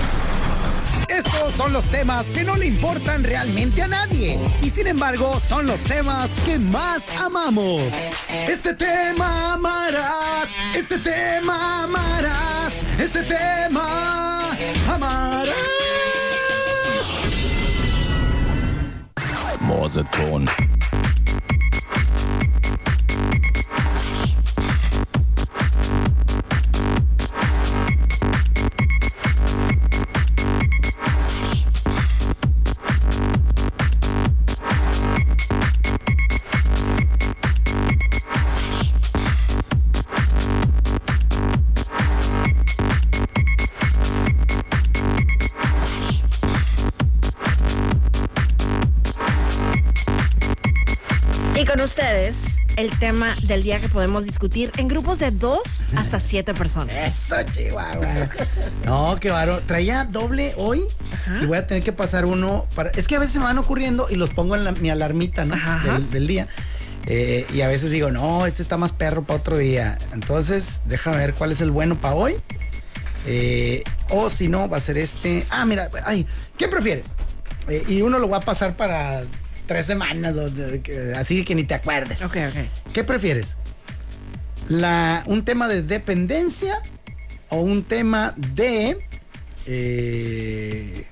Estos son los temas que no le importan realmente a nadie y sin embargo son los temas que más amamos. Este tema amarás, este tema amarás, este tema amarás. Morseton. Y con ustedes, el tema del día que podemos discutir en grupos de dos hasta siete personas. Eso, Chihuahua. No, qué baro. Traía doble hoy y voy a tener que pasar uno para. Es que a veces me van ocurriendo y los pongo en la- mi alarmita, ¿no? Ajá, ajá. Del, del día. Eh, y a veces digo, no, este está más perro para otro día. Entonces, déjame ver cuál es el bueno para hoy. Eh, o si no, va a ser este. Ah, mira, ay, ¿qué prefieres? Eh, y uno lo va a pasar para tres semanas, o, de- que- así que ni te acuerdes. Ok, ok. ¿Qué prefieres? La, ¿Un tema de dependencia o un tema de... eh,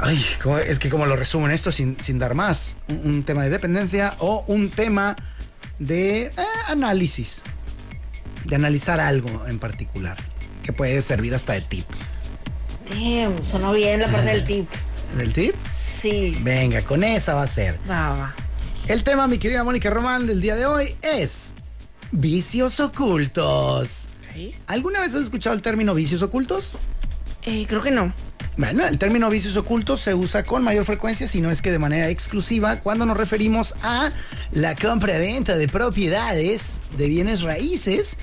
ay, como- es que como lo resumen esto sin, sin dar más. Un, un tema de dependencia o un tema de eh, análisis. De analizar algo en particular. Que puede servir hasta de tip. Damn, sonó bien la parte del tip. ¿Del tip? Sí. Venga, con esa va a ser. Va, va. El tema, mi querida Mónica Román, del día de hoy es vicios ocultos. Ok. ¿Alguna vez has escuchado el término vicios ocultos? Eh, creo que no. Bueno, el término vicios ocultos se usa con mayor frecuencia, si no es que de manera exclusiva, cuando nos referimos a la compra-venta de propiedades, de bienes raíces.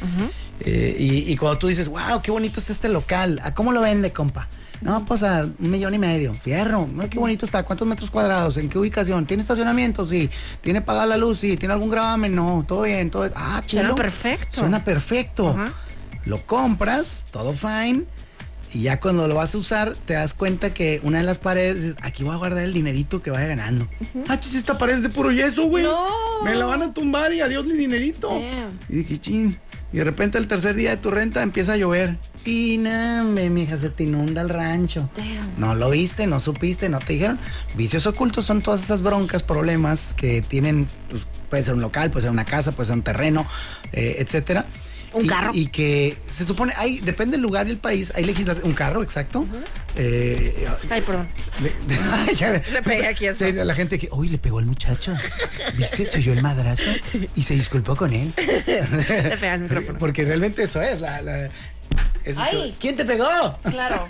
Eh, y, y cuando tú dices, wow, qué bonito está este local, ¿a cómo lo vende, compa? No, pues a un millón y medio. Fierro, no, qué bonito está. ¿Cuántos metros cuadrados? ¿En qué ubicación? ¿Tiene estacionamiento? Sí. ¿Tiene pagada la luz? Sí. ¿Tiene algún gravamen? No, todo bien. Todo... Ah, Suena chilo. perfecto. Suena perfecto. Ajá. Lo compras, todo fine. Y ya cuando lo vas a usar, te das cuenta que una de las paredes, dices, aquí voy a guardar el dinerito que vaya ganando. Ah, chis, esta pared es de puro yeso, güey. No. Me la van a tumbar y adiós mi dinerito. Damn. Y dije, chin. Y de repente el tercer día de tu renta empieza a llover. Y nada, mija, se te inunda el rancho. Damn. No lo viste, no supiste, no te dijeron. Vicios ocultos son todas esas broncas, problemas que tienen, pues, puede ser un local, puede ser una casa, puede ser un terreno, eh, etcétera. Un Y- carro. Y que se supone, hay, depende del lugar y el país, hay legislación, un carro, exacto. Eh, Ay, perdón. de- de- ya ve. Le pegué aquí eso. Sí, la gente que, uy, le pegó el muchacho. ¿Viste? Se oyó el madrazo y se disculpó con él. Le pegué al micrófono. Porque realmente eso es. La, la- eso es Ay. que- ¿Quién te pegó? Claro.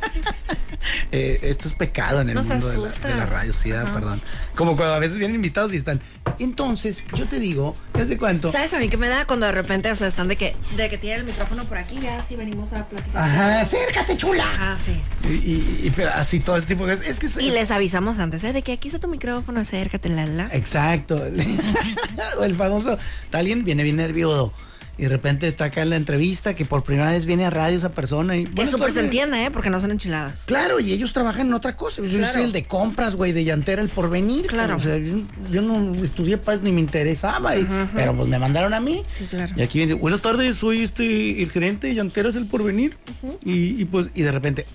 Eh, esto es pecado en el Nos mundo de la, asustas. de la radio, sí, ah, perdón. Como cuando a veces vienen invitados y están. Entonces, yo te digo, ¿ya sé cuánto? ¿Sabes a mí qué me da cuando de repente, o sea, están de que, de que tienen el micrófono por aquí, ya si venimos a platicar? Ajá, acércate, chula. Ah, sí. Y, y- y- pero así todo ese tipo de cosas. Es que es- Y es- les avisamos antes, ¿eh? De que aquí está tu micrófono, acércate, la, la. Exacto. o el famoso, alguien viene bien nervioso y de repente está acá en la entrevista que por primera vez viene a radio esa persona y Que bueno, súper se tú- entiende, ¿eh? Porque no son enchiladas. Claro, y ellos trabajan en otra cosa. Yo soy el de compras, güey, de llantera, el porvenir. Claro. O sea, yo, yo no estudié paz ni me interesaba, y- pero pues me mandaron a mí. Sí, claro. Y aquí viene, buenas tardes, soy este, el gerente de llanteras, el porvenir. y, y pues, y de repente,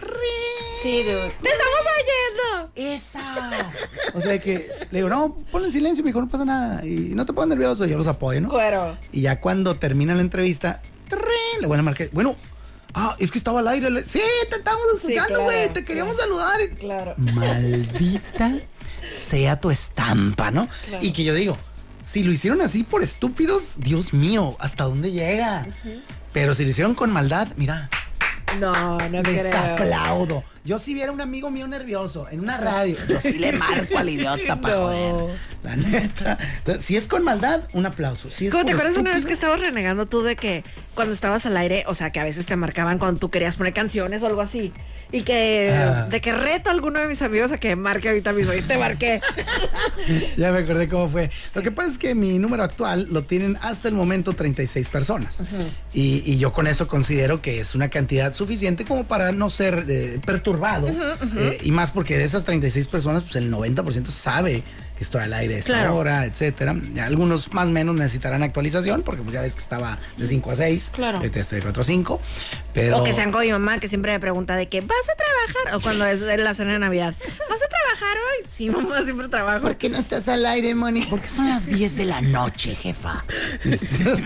Sí, dude. ¡Te estamos oyendo! o sea que le digo, no, ponle en silencio, mijo, no pasa nada. Y no te pongas nervioso, yo los apoyo, ¿no? Cuero. Y ya cuando termina la entrevista, ¡trin! le voy a marcar. Bueno, ah, es que estaba al aire. le- Sí, te estábamos escuchando, claro, güey. te queríamos saludar. claro. Maldita sea tu estampa, ¿no? Y que yo digo, si lo hicieron así por estúpidos, Dios mío, ¿hasta dónde llega? Pero si lo hicieron con maldad, mira, No, no les creo. aplaudo. Yo si viera un amigo mío nervioso en una radio, yo sí le marco al idiota para No. joder. La neta. Entonces, si es con maldad, un aplauso. Si es ¿Cómo te por acuerdas una vez estúpido, que estabas renegando tú de que cuando estabas al aire, o sea, que a veces te marcaban cuando tú querías poner canciones o algo así. Y que Ah. de que reto a alguno de mis amigos a que marque ahorita mismo. Y te marqué. Ya me acordé cómo fue. Lo que pasa es que mi número actual lo tienen hasta el momento 36 personas. y, y yo con eso considero que es una cantidad suficiente como para no ser eh, perturbado. Eh, y más porque de esas 36 personas, pues el 90% sabe que estoy al aire a esta Claro. hora, etcétera. Algunos más o menos necesitarán actualización, porque pues, ya ves que estaba de 5 a 6. Claro. ahorita estoy de 4 a 5. Pero... O que sean como mi mamá, que siempre me pregunta de que vas a trabajar. O cuando es en la cena de Navidad. ¿Vas a trabajar hoy? Sí, mamá, siempre trabajo. ¿Por qué no estás al aire, Moni? Porque son las 10 de la noche, jefa.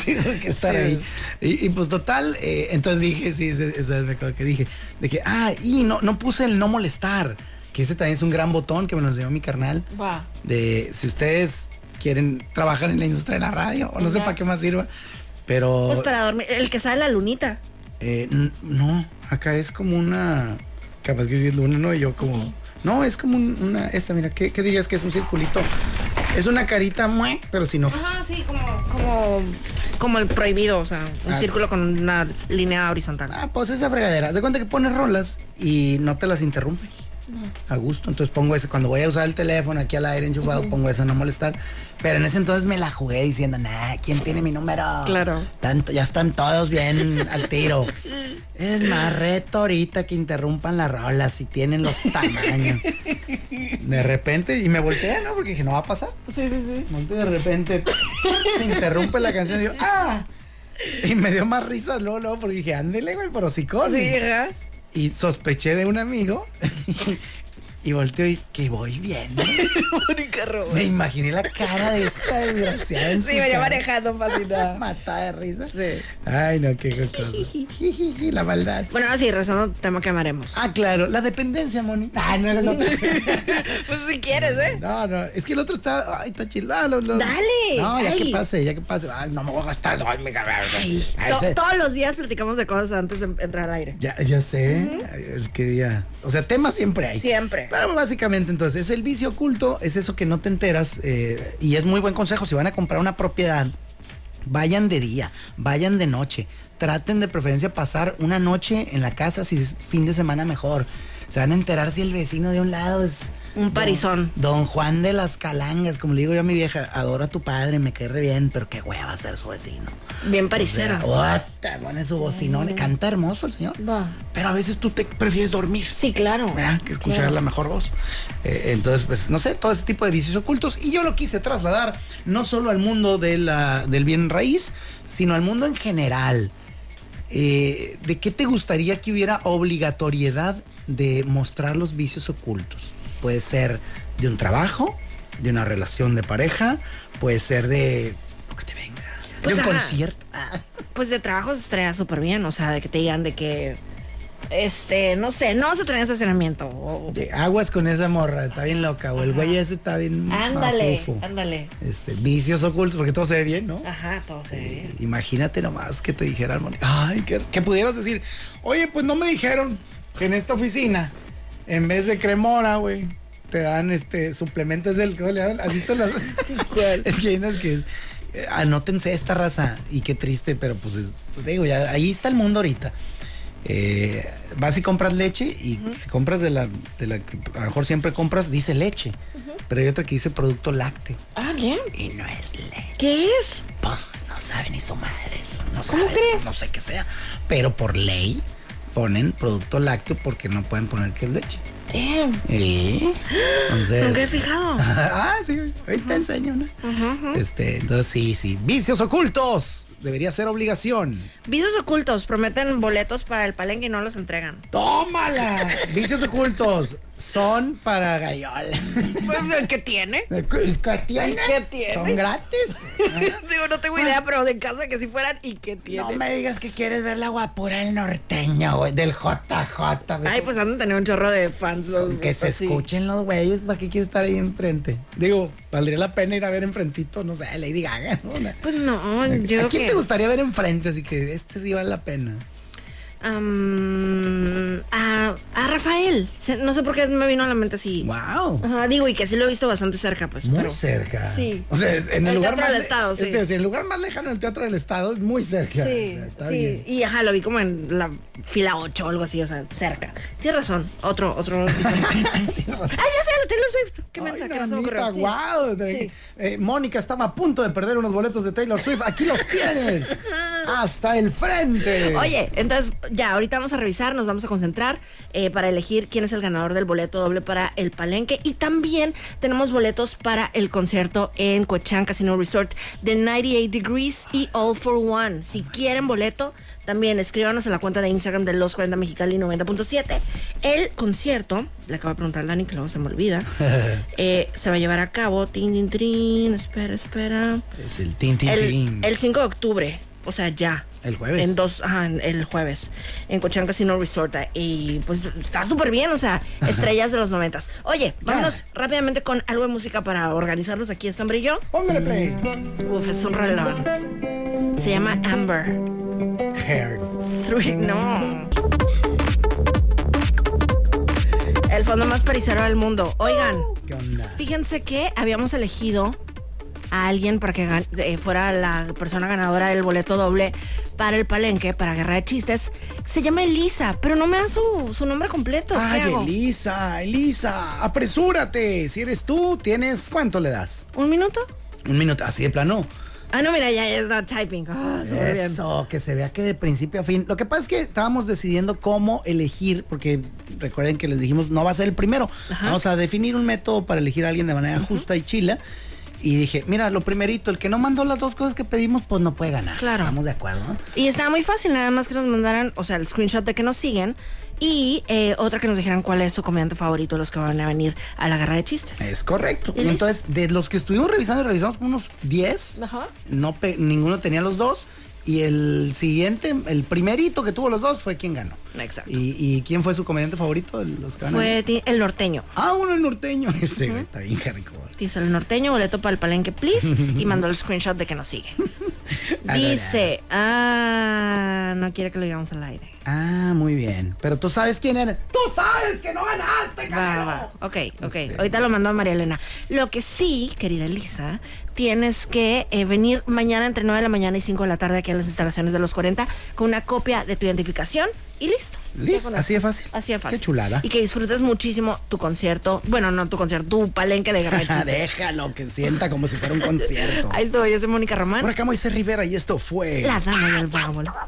Tengo que estar ahí. Y, y, pues total, eh, entonces dije, sí, ese- esa vez me acuerdo que dije, de que, ah, y no, no puse el no molestar, que ese también es un gran botón que me lo enseñó mi carnal. Va. De si ustedes quieren trabajar en la industria de la radio, o no sé para qué más sirva, pero... Pues para dormir. El que sale la lunita. eh, n- no, acá es como una... Capaz que sí es luna, ¿no? Y yo como... No, es como un- una... Esta, mira, ¿qué, qué dirías que es un circulito? Es una carita, mue, pero si no... Ajá, sí, como, como, como el prohibido, o sea, un Ah. círculo con una línea horizontal. Ah, pues esa fregadera. Haz de cuenta que pones rolas y no te las interrumpe. A gusto. Entonces pongo ese, cuando voy a usar el teléfono aquí al aire enchufado, pongo eso, no molestar. Pero en ese entonces me la jugué diciendo, nah, ¿quién tiene mi número? Claro. Tanto, ya están todos bien al tiro. Es más reto ahorita que interrumpan las rolas si tienen los tamaños. De repente, y me volteé, ¿no? Porque dije, no va a pasar. Sí, sí, sí. Monte de repente se interrumpe la canción y yo, ¡ah! Y me dio más risas luego, luego, porque dije, ándele, güey, por hocicón. Sí, ajá. Y sospeché de un amigo y volteo y que voy viendo. Mónica Romo. Me imaginé la cara de esta desgraciada. en su Sí, venía cara. manejando fascinada. Matada de risa. Sí. Ay, no, qué cosa. la maldad. Bueno, ahora sí, rezando, tema que amaremos. Ah, claro, la dependencia, Moni. Ah, no era el otro. Pues si quieres, ¿eh? No, no, es que el otro está. Ay, está chill. Ah, no, no. Dale, No, ya ay. que pase, ya que pase. Ay, no me voy a gastar. Ay, me ay, To- ese- todos los días platicamos de cosas antes de entrar al aire. Ya, ya sé. Ay, Es que ya. O sea, temas siempre hay. Siempre. Pero básicamente, entonces, es el vicio oculto, es eso que no te enteras. eh, y es muy buen consejo. Si van a comprar una propiedad, vayan de día, vayan de noche. Traten de preferencia pasar una noche en la casa, si es fin de semana mejor. Se van a enterar si el vecino de un lado es. Un parizón. Don Juan de las Calangas, como le digo yo a mi vieja, adoro a tu padre, me cae re bien, pero qué hueva ser su vecino. Bien O sea, parisero. ota, pone su bocinón, canta hermoso el señor. Va. Pero a veces tú te prefieres dormir. Sí, claro. ¿verdad? Que escuchar la mejor voz. Eh, entonces, pues, no sé, todo ese tipo de vicios ocultos. Y yo lo quise trasladar no solo al mundo de la- del bien raíz, sino al mundo en general. Eh, ¿De qué te gustaría que hubiera obligatoriedad de mostrar los vicios ocultos? Puede ser de un trabajo, de una relación de pareja, puede ser de lo que te venga, Pues, de un ajá. concierto. Ah, Pues de trabajo se estrella súper bien, o sea, de que te digan de que, este, no sé, no vas a tener estacionamiento. o- de aguas con esa morra, está bien loca, o el güey ese está bien. Ah, Ándale, mafufo. ándale. este, vicios ocultos, porque todo se ve bien, ¿no? Ajá, todo se ve bien. Imagínate nomás que te dijeran, Mónica, ay, que, que pudieras decir, oye, pues no me dijeron que en esta oficina, en vez de cremora, güey, te dan este suplementos del ¿cómo le llaman? ¿Has visto las? Es que hay unas que es, eh, anótense esta raza y qué triste, pero pues, es- pues, digo, ya ahí está el mundo ahorita. Eh, vas y compras leche y compras de la, de la que a lo mejor siempre compras, dice leche, pero hay otra que dice producto lácteo Ah, bien. y no es leche. ¿Qué es? Pues no saben ni su madre eso. No saben, No sé qué sea. Pero por ley ponen producto lácteo porque no pueden poner que es leche. Damn. ¿Eh? Entonces. Nunca he fijado. ah, sí, ahorita te enseño, ¿no? Este, entonces sí, sí. Vicios ocultos. Debería ser obligación. Visos ocultos prometen boletos para el palenque y no los entregan. ¡Tómala! Vicios ocultos son para gallola. Pues, ¿Qué tiene? ¿Y ¿Qué tiene? ¿Qué tiene? Son gratis. Digo, no tengo idea, pero de casa que si fueran, ¿y qué tiene? No me digas que quieres ver la guapura del norteño, güey, del JJ. güey. Ay, pues han de tener un chorro de fans. los- Que se así. escuchen los güeyes, ¿para qué quiere estar ahí enfrente? Digo, valdría la pena ir a ver enfrentito, no sé, Lady Gaga. ¿no? Una- Pues no, yo ¿A creo quién que te gustaría ver enfrente? Así que este sí vale la pena. am, a, a Rafael. Se- No sé por qué me vino a la mente así. ¡Wow! Ajá, digo, y que sí lo he visto bastante cerca, pues. Muy pero- cerca. Sí. O sea, en el, El lugar Teatro más del le- Estado, es sí. que si el lugar más lejano del Teatro del Estado es muy cerca. O Sí, sea, está sí. bien. Y ajá, lo vi como en la fila 8 o algo así, o sea, cerca. Tienes razón. Otro, otro. ah, ya sé, la Taylor Swift. Qué Ay, mensaje, no se me nanita, ocurrió. Sí. guau. De- eh, Mónica estaba a punto de perder unos boletos de Taylor Swift. Aquí los tienes. Hasta el frente. Oye, entonces ya, ahorita vamos a revisar, nos vamos a concentrar eh, para elegir quién es el ganador del boleto doble para el Palenque y también tenemos boletos para el concierto en Coachán Casino Resort de 98 Degrees y All for One. Si quieren boleto, también escríbanos en la cuenta de Instagram de los 40 Mexicali 90.7. El concierto, le acabo de preguntar a Dani que luego se me olvida, eh, se va a llevar a cabo. Tin, tin, tin, espera, espera. Es el tin, tin, El, tin. el 5 de octubre, o sea, ya. El jueves. En dos, ajá, en- el jueves. En Cochán Casino Resort. Y pues está súper bien, o sea, estrellas de los noventas. Oye, vámonos rápidamente con algo de música para organizarlos aquí, este hombre y yo. Póngale play. Uf, es un reloj. Se llama Amber. Hair. Three, no. El fondo más parisero del mundo. Oigan. ¿Qué onda? Fíjense que habíamos elegido a alguien para que gan- eh, fuera la persona ganadora del boleto doble para el palenque, para Guerra de Chistes. Se llama Elisa, pero no me da su, su nombre completo. ¿Qué Ay, hago? Elisa, Elisa, apresúrate. Si eres tú, tienes. ¿Cuánto le das? ¿Un minuto? Un minuto, así de plano. Ah, no, mira, ya, ya está typing. Ah, súper bien. Eso, que se vea que de principio a fin. Lo que pasa es que estábamos decidiendo cómo elegir, porque recuerden que les dijimos, no va a ser el primero. Vamos a definir un método para elegir a alguien de manera justa y chila. Y dije, mira, lo primerito, el que no mandó las dos cosas que pedimos, pues no puede ganar. Claro. Estamos de acuerdo. ¿no? Y estaba muy fácil, nada más que nos mandaran, o sea, el screenshot de que nos siguen y eh, otra que nos dijeran cuál es su comediante favorito, los que van a venir a la Guerra de Chistes. Es correcto. ¿Y Y entonces, de los que estuvimos revisando, revisamos como unos 10. Ajá. No pe- ninguno tenía los dos. Y el siguiente, el primerito que tuvo los dos fue quien ganó. Exacto. ¿Y, y quién fue su comediante favorito? de Los que van a Fue ti- el norteño. Ah, uno el norteño. Ese güey está bien hardcore. Dice el norteño, boleto para el palenque, please. Y mandó el screenshot de que nos sigue. Dice, ah, no quiere que lo digamos al aire. Ah, muy bien. Pero tú sabes quién era. ¡Tú sabes que no Va, ganaste, Canelo! va. Ok, ok. Este. Ahorita lo mandó a María Elena. Lo que sí, querida Elisa, tienes que eh, venir mañana entre 9 de la mañana y 5 de la tarde aquí a las instalaciones de los 40 con una copia de tu identificación y listo. Listo, así de fácil. Así de fácil. Qué chulada. Y que disfrutes muchísimo tu concierto. Bueno, no tu concierto, tu palenque de guerra de Ah, chistes. Déjalo que sienta como si fuera un concierto. Ahí estoy, yo soy Mónica Román. Por acá Moisés Rivera y esto fue... La dama y el bárbaro.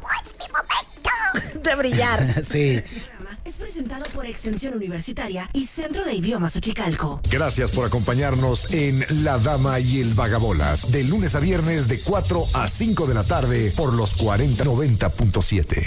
De brillar. Sí. programa es presentado por Extensión Universitaria y Centro de Idiomas Ochicalco. Gracias por acompañarnos en La Dama y el Vagabolas, de lunes a viernes de 4 a 5 de la tarde por los 4090.7.